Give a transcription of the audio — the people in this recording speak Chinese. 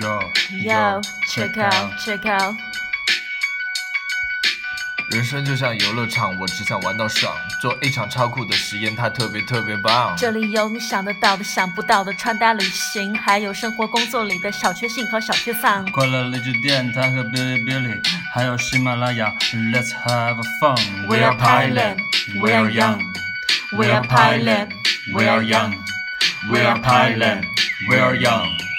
Yo Yo, check out, check out。人生就像游乐场，我只想玩到爽，做一场超酷的实验，它特别特别棒。这里有你想得到的、想不到的穿搭、旅行，还有生活、工作里的小确幸和小确放。快乐励志电台和 Billy Billy，还有喜马拉雅，Let's have a fun。 We are Thailand, we are young. We are Thailand, we are young. We are Thailand, we are young.